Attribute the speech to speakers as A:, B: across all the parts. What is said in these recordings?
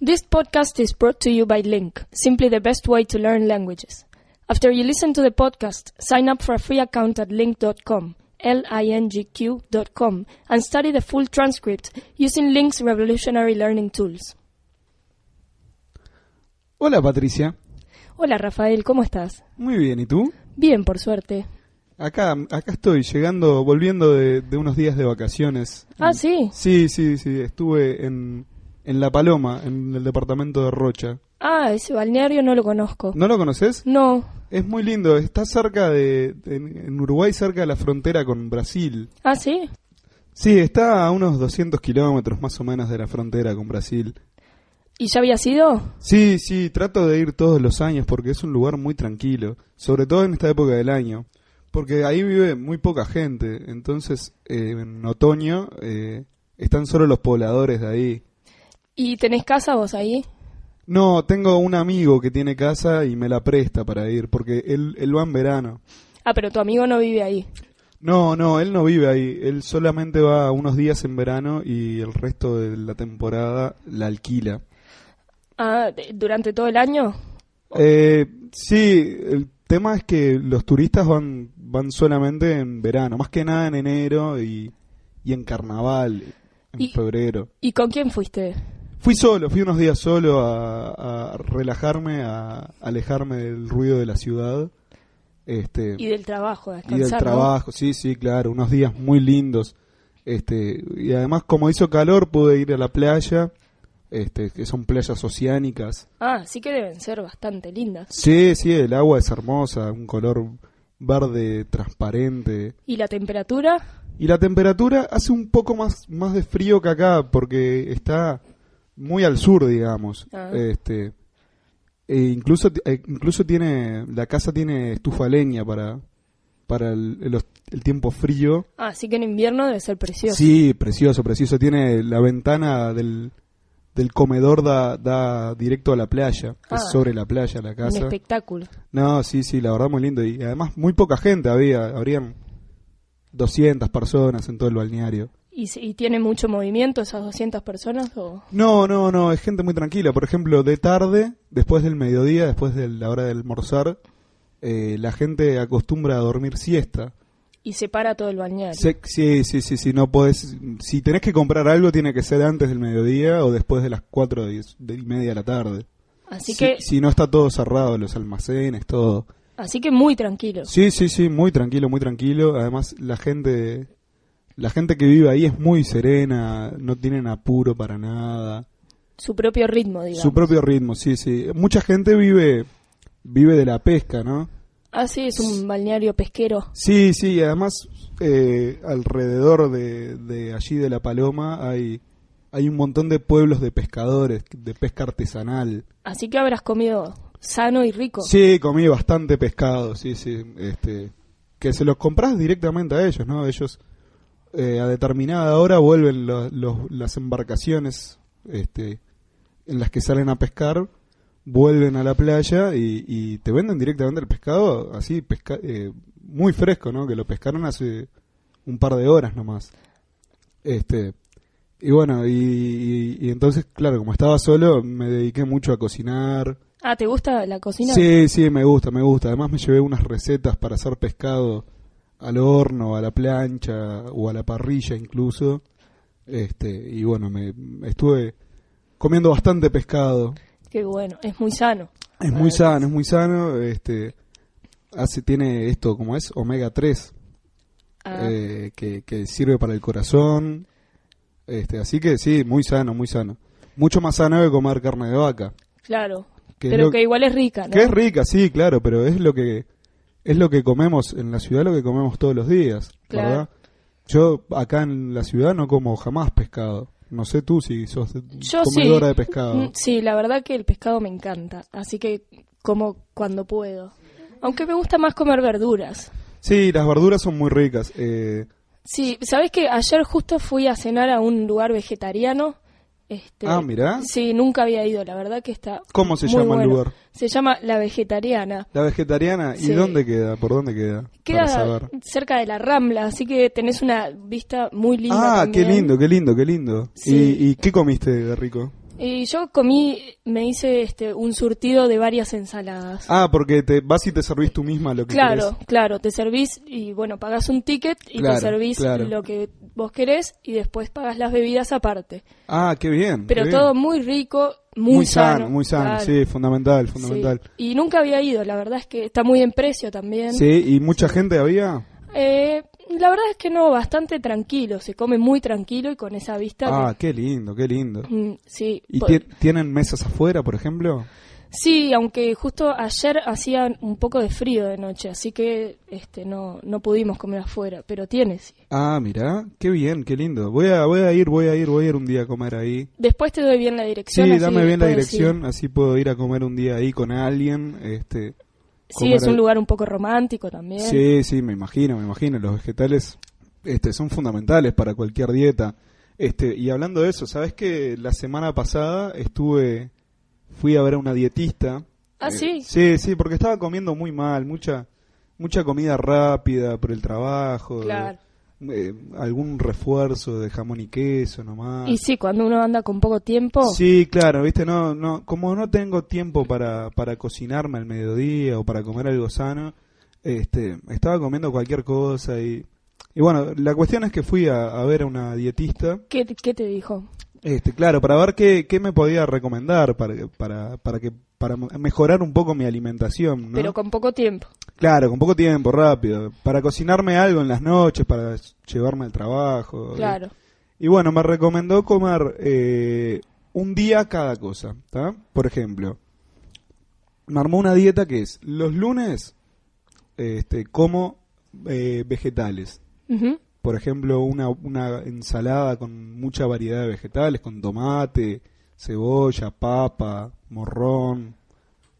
A: This podcast is brought to you by Link, simply the best way to learn languages. After you listen to the podcast, sign up for a free account at link.com, L-I-N-G-Q.com, and study the full transcript using Link's revolutionary learning tools.
B: Hola Patricia,
A: Hola Rafael, ¿cómo estás?
B: muy bien, ¿y tú?
A: Bien, por suerte.
B: Acá, acá estoy, llegando, volviendo de, de unos días de vacaciones.
A: Ah, sí.
B: Sí, sí, sí, estuve en, en La Paloma, en el departamento de Rocha.
A: Ah, ese balneario no lo conozco.
B: ¿No lo conoces?
A: No.
B: Es muy lindo, está cerca de, en, en Uruguay, cerca de la frontera con Brasil.
A: Ah, sí.
B: Sí, está a unos 200 kilómetros más o menos de la frontera con Brasil.
A: ¿Y ya había sido?
B: Sí, sí, trato de ir todos los años porque es un lugar muy tranquilo, sobre todo en esta época del año, porque ahí vive muy poca gente, entonces eh, en otoño eh, están solo los pobladores de ahí.
A: ¿Y tenés casa vos ahí?
B: No, tengo un amigo que tiene casa y me la presta para ir, porque él, él va en verano.
A: Ah, pero tu amigo no vive ahí.
B: No, no, él no vive ahí, él solamente va unos días en verano y el resto de la temporada la alquila.
A: Ah, de- ¿durante todo el año?
B: Eh, sí, el tema es que los turistas van, van solamente en verano, más que nada en enero y, y en carnaval, en
A: Y-
B: febrero.
A: ¿Y con quién fuiste?
B: Fui solo, fui unos días solo a, a relajarme, a alejarme del ruido de la ciudad este,
A: Y del trabajo, a
B: y del
A: descansar, ¿no?
B: trabajo. Sí, sí, claro, unos días muy lindos. Este, y además, como hizo calor, pude ir a la playa, este, que son playas oceánicas.
A: Ah, sí que deben ser bastante lindas.
B: Sí, sí, el agua es hermosa, un color verde transparente.
A: ¿Y la temperatura?
B: Y la temperatura hace un poco más, más de frío que acá, porque está muy al sur, digamos.
A: Ah.
B: Este, e incluso, ti- e incluso tiene, la casa tiene estufa a leña para, para el, el os- el tiempo frío.
A: Ah, sí que en invierno debe ser precioso.
B: Sí, precioso, precioso. Tiene la ventana del, del comedor da, da directo a la playa.
A: Ah.
B: Es sobre la playa la
A: Un
B: casa.
A: espectáculo.
B: No, sí, sí, la verdad muy lindo. Y además muy poca gente había, habrían 200 personas en todo el balneario.
A: ¿Y, si- y tiene mucho movimiento esas 200 personas? O...
B: No, no, no, es gente muy tranquila. Por ejemplo, de tarde, después del mediodía, después de la hora de almorzar, eh, la gente acostumbra a dormir siesta.
A: Y se para todo el balneario.
B: Se- sí, sí, sí, sí, no podés, si tenés que comprar algo tiene que ser antes del mediodía o después de las 4 de, de y media de la tarde.
A: Así,
B: Si-
A: que,
B: si no está todo cerrado, los almacenes, todo.
A: así que muy tranquilo.
B: Sí, sí, sí, muy tranquilo, muy tranquilo. Además, la gente, la gente que vive ahí es muy serena, no tienen apuro para nada.
A: Su propio ritmo, digamos.
B: Su propio ritmo, sí, sí. Mucha gente vive, vive de la pesca, ¿no?
A: Ah, sí, es un balneario pesquero.
B: Sí, sí, y además eh, alrededor de, de allí de La Paloma hay, hay un montón de pueblos de pescadores, de pesca artesanal.
A: Así que habrás comido sano y rico.
B: Sí, comí bastante pescado, sí, sí. Este, que se los compras directamente a ellos, ¿no? Ellos eh, a determinada hora vuelven lo- los- las embarcaciones este, en las que salen a pescar, vuelven a la playa y, y te venden directamente el pescado así, pesca- eh, muy fresco, ¿no? Que lo pescaron hace un par de horas nomás. Este. Y bueno, y, y- y entonces, claro, como estaba solo, me dediqué mucho a cocinar,
A: Ah, ¿te gusta la cocina?
B: Sí, sí, me gusta, me gusta. Además me llevé unas recetas para hacer pescado al horno, a la plancha o a la parrilla incluso. Este, y bueno, me estuve comiendo bastante pescado.
A: Qué bueno, es muy sano.
B: Es muy sano,
A: pues
B: es muy sano, este hace tiene esto como es omega 3
A: Ah,
B: eh, que, que sirve para el corazón. Este, así que sí, muy sano, muy sano. Mucho más sano que comer carne de vaca.
A: claro.
B: que es
A: Pero
B: lo-
A: que igual es rica, ¿no?
B: Que es rica, sí, claro, pero es lo que es lo que comemos en la ciudad, lo que comemos todos los días,
A: Claro.
B: ¿verdad? Yo acá en la ciudad no como jamás pescado. No sé tú si sos de-
A: Yo
B: comedora
A: sí.
B: de pescado.
A: Mm, Sí, la verdad que el pescado me encanta, así que como cuando puedo. Aunque me gusta más comer verduras.
B: Sí, las verduras son muy ricas. eh,
A: Sí, sabes que ayer justo fui a cenar a un lugar vegetariano. Este,
B: Ah, mirá.
A: Sí, nunca había ido, la verdad que está.
B: ¿Cómo se
A: muy
B: llama el
A: bueno.
B: lugar?
A: Se llama La Vegetariana.
B: La vegetariana, ¿y
A: Sí.
B: dónde queda? ¿Por dónde queda? Para
A: Queda
B: saber.
A: cerca de la Rambla, así que tenés una vista muy linda.
B: Ah, qué
A: también.
B: lindo, qué lindo, qué lindo.
A: Sí.
B: ¿Y, y qué comiste de rico?
A: Y yo comí, me hice este, un surtido de varias ensaladas.
B: Ah, porque te vas y te servís tú misma lo que
A: Claro,
B: querés.
A: claro, te servís y bueno, pagás un ticket y
B: Claro,
A: te servís
B: claro.
A: lo que vos querés y después pagás las bebidas aparte.
B: Ah, qué bien.
A: Pero
B: qué bien.
A: todo muy rico, muy,
B: muy, sano, muy sano,
A: claro,
B: sí, fundamental,
A: sí.
B: fundamental.
A: Y nunca había ido, la verdad es que está muy en precio también.
B: Sí, y mucha gente había.
A: Eh, la verdad es que no, bastante tranquilo, se come muy tranquilo y con esa vista.
B: Ah,
A: te-
B: qué lindo, qué lindo.
A: Mm, sí,
B: ¿Y
A: po-
B: tie- tienen mesas afuera, por ejemplo?
A: sí, aunque justo ayer hacía un poco de frío de noche, así que este no, no pudimos comer afuera, pero tiene, sí.
B: Ah, mirá, qué bien, qué lindo. Voy a, voy a ir, voy a ir, voy a ir un día a comer ahí.
A: Después te doy bien la
B: Sí,
A: dirección. así
B: dame bien la
A: después sí.
B: dirección, así puedo ir a comer un día ahí con alguien. Este,
A: Sí,
B: comer
A: es un
B: ahí.
A: lugar un poco romántico también.
B: Sí, sí, me imagino, me imagino. Los vegetales este, son fundamentales para cualquier dieta. Este, y hablando de eso, ¿sabes que la semana pasada estuve, fui a ver a una dietista?
A: Ah, sí.
B: Eh, Sí, sí, porque estaba comiendo muy mal, mucha, mucha comida rápida por el trabajo.
A: Claro.
B: eh, algún refuerzo de jamón y queso nomás.
A: Y sí, cuando uno anda con poco tiempo,
B: Ah. Sí, claro, viste, no, no, como no tengo tiempo para, para cocinarme al mediodía o para comer algo sano, este, estaba comiendo cualquier cosa y, y bueno, la cuestión es que fui a, a ver a una dietista,
A: ¿qué, qué te dijo?
B: este, claro, para ver qué, qué me podía recomendar para, que- para, para que, para mejorar un poco mi alimentación, ¿no?
A: Pero con poco tiempo.
B: Claro, con poco tiempo, rápido, para cocinarme algo en las noches, para llevarme al trabajo.
A: Claro.
B: Y bueno, me recomendó comer eh, un día cada cosa, ¿tá? Por ejemplo, me armó una dieta que es los lunes este, como eh, vegetales.
A: Ujú.
B: Por ejemplo, una, una ensalada con mucha variedad de vegetales, con tomate, cebolla, papa, morrón.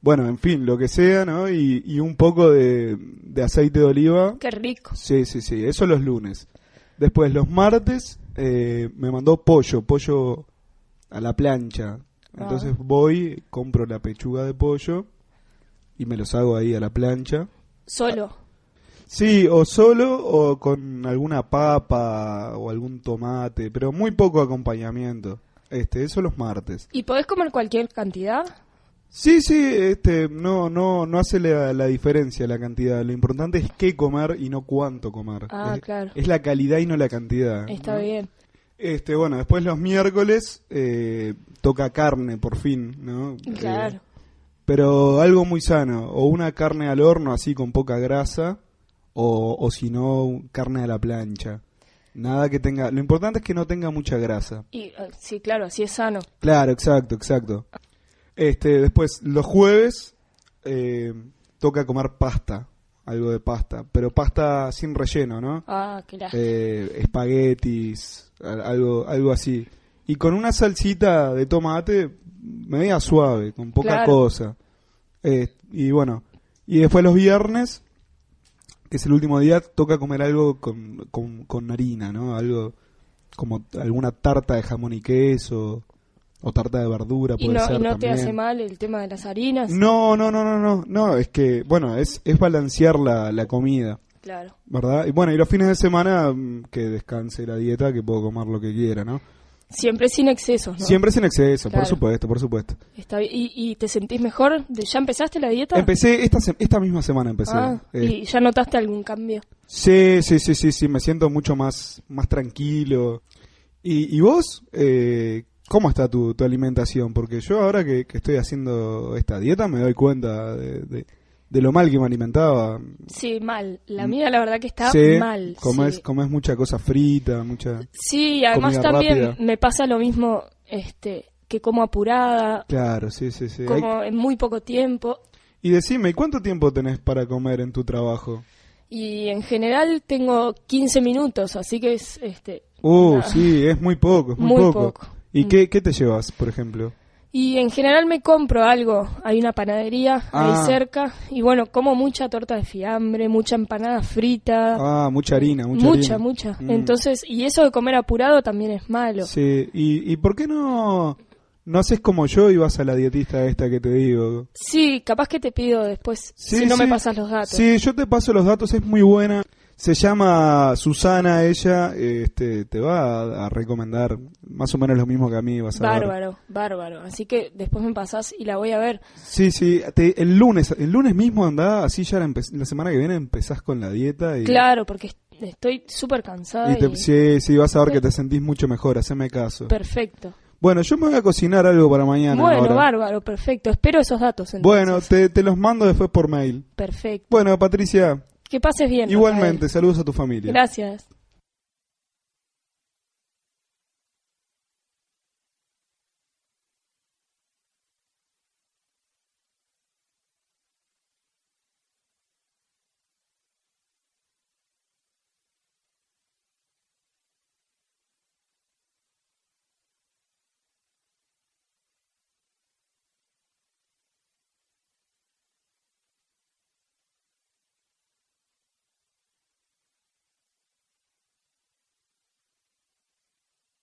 B: Bueno, en fin, lo que sea, ¿no? Y, y un poco de, de aceite de oliva
A: Qué rico.
B: Sí, sí, sí, eso los lunes. Después, los martes, eh, me mandó pollo, pollo a la plancha. Entonces voy, compro la pechuga de pollo y me los hago ahí a la plancha.
A: Solo.
B: Sí, o solo o con alguna papa o algún tomate, pero muy poco acompañamiento. Este, eso los martes.
A: ¿Y podés comer cualquier cantidad?
B: Sí, sí, este, no, no, no hace la, la diferencia la cantidad. Lo importante es qué comer y no cuánto comer.
A: Ah,
B: es,
A: claro.
B: es la calidad y no la cantidad.
A: Está
B: Ah, ¿no?
A: bien.
B: Este, bueno, después los miércoles eh, toca carne, por fin, ¿no?
A: Claro.
B: Eh, pero algo muy sano, o una carne al horno así con poca grasa, o, o si no, carne a la plancha. Nada que tenga, lo importante es que no tenga mucha grasa.
A: Y, eh, sí, claro, así es sano.
B: Claro, exacto, exacto. Este, después, los jueves eh, toca comer pasta, algo de pasta, pero pasta sin relleno, ¿no?
A: Ah, claro.
B: eh, espaguetis, al- algo, algo así. Y con una salsita de tomate media suave, con poca
A: Claro.
B: cosa. Eh, y bueno, y después los viernes, que es el último día, toca comer algo con, con, con harina, ¿no? Algo como t- alguna tarta de jamón y queso o tarta de verdura
A: y
B: puede
A: no,
B: ser
A: y no te
B: también. Mm.
A: hace mal el tema de las harinas.
B: No, no, no, no, no, no, es que, bueno, es, es balancear la, la comida.
A: Claro.
B: ¿Verdad? Y bueno, y los fines de semana mm, que descanse la dieta, que puedo comer lo que quiera, ¿no?
A: Siempre sin excesos, ¿no?
B: Siempre sin exceso,
A: Claro.
B: por supuesto, por supuesto.
A: Está bien. ¿Y, y te sentís mejor? ¿De- ¿Ya empezaste la dieta?
B: Empecé, esta, se- esta misma semana empecé.
A: Ah,
B: Eh,
A: ¿Y ya notaste algún cambio?
B: Sí, sí, sí, sí, sí, me siento mucho más, más tranquilo. ¿Y, y vos? Eh, ¿Cómo está tu, tu alimentación? Porque yo ahora que, que estoy haciendo esta dieta me doy cuenta de, de- de lo mal que me alimentaba.
A: Sí, mal. La
B: Mm.
A: mía la verdad que está
B: Sí,
A: mal.
B: Comes,
A: sí.
B: comes mucha cosa frita, mucha...
A: Sí, y además
B: comida
A: también
B: rápida.
A: me pasa lo mismo este que como apurada,
B: Claro, sí, sí, sí. Hay-
A: como en muy poco tiempo.
B: Y decime, ¿cuánto tiempo tenés para comer en tu trabajo?
A: Y en general tengo 15 minutos, así que es este
B: Uh,
A: No.
B: sí, es muy poco, es muy,
A: Muy
B: poco.
A: poco.
B: ¿Y
A: Mm.
B: qué, qué te llevas, por ejemplo?
A: Y en general me compro algo. Hay una panadería
B: Ah.
A: ahí cerca. Y bueno, como mucha torta de fiambre, mucha empanada frita.
B: Ah, mucha harina, mucha
A: mucha,
B: harina.
A: mucha.
B: Mm.
A: Entonces, y eso de comer apurado también es malo.
B: Sí, ¿Y, ¿y por qué no, no haces como yo y vas a la dietista esta que te digo?
A: Sí, capaz que te pido después
B: Sí,
A: si no me
B: sí.
A: pasas los datos.
B: Sí, yo te paso los datos, es muy buena. Se llama Susana, ella este, te va a, a recomendar más o menos lo mismo que a mí. Vas a ver.
A: Bárbaro, bárbaro. Así que después me pasás y la voy a ver.
B: Sí, sí, te- el lunes, el lunes mismo andá, así ya la, empe- la semana que viene empezás con la dieta y,
A: Claro, porque est- estoy súper
B: y
A: cansada.
B: te-
A: y-
B: sí, sí, vas a ver que te sentís mucho mejor, haceme caso.
A: Perfecto.
B: Bueno, yo me voy a cocinar algo para mañana
A: Bueno,
B: ahora.
A: bárbaro, perfecto. Espero esos datos. entonces.
B: Bueno, te, te los mando después por mail.
A: perfecto.
B: Bueno, Patricia,
A: Que pases bien. Rafael.
B: igualmente, saludos a tu familia.
A: Gracias.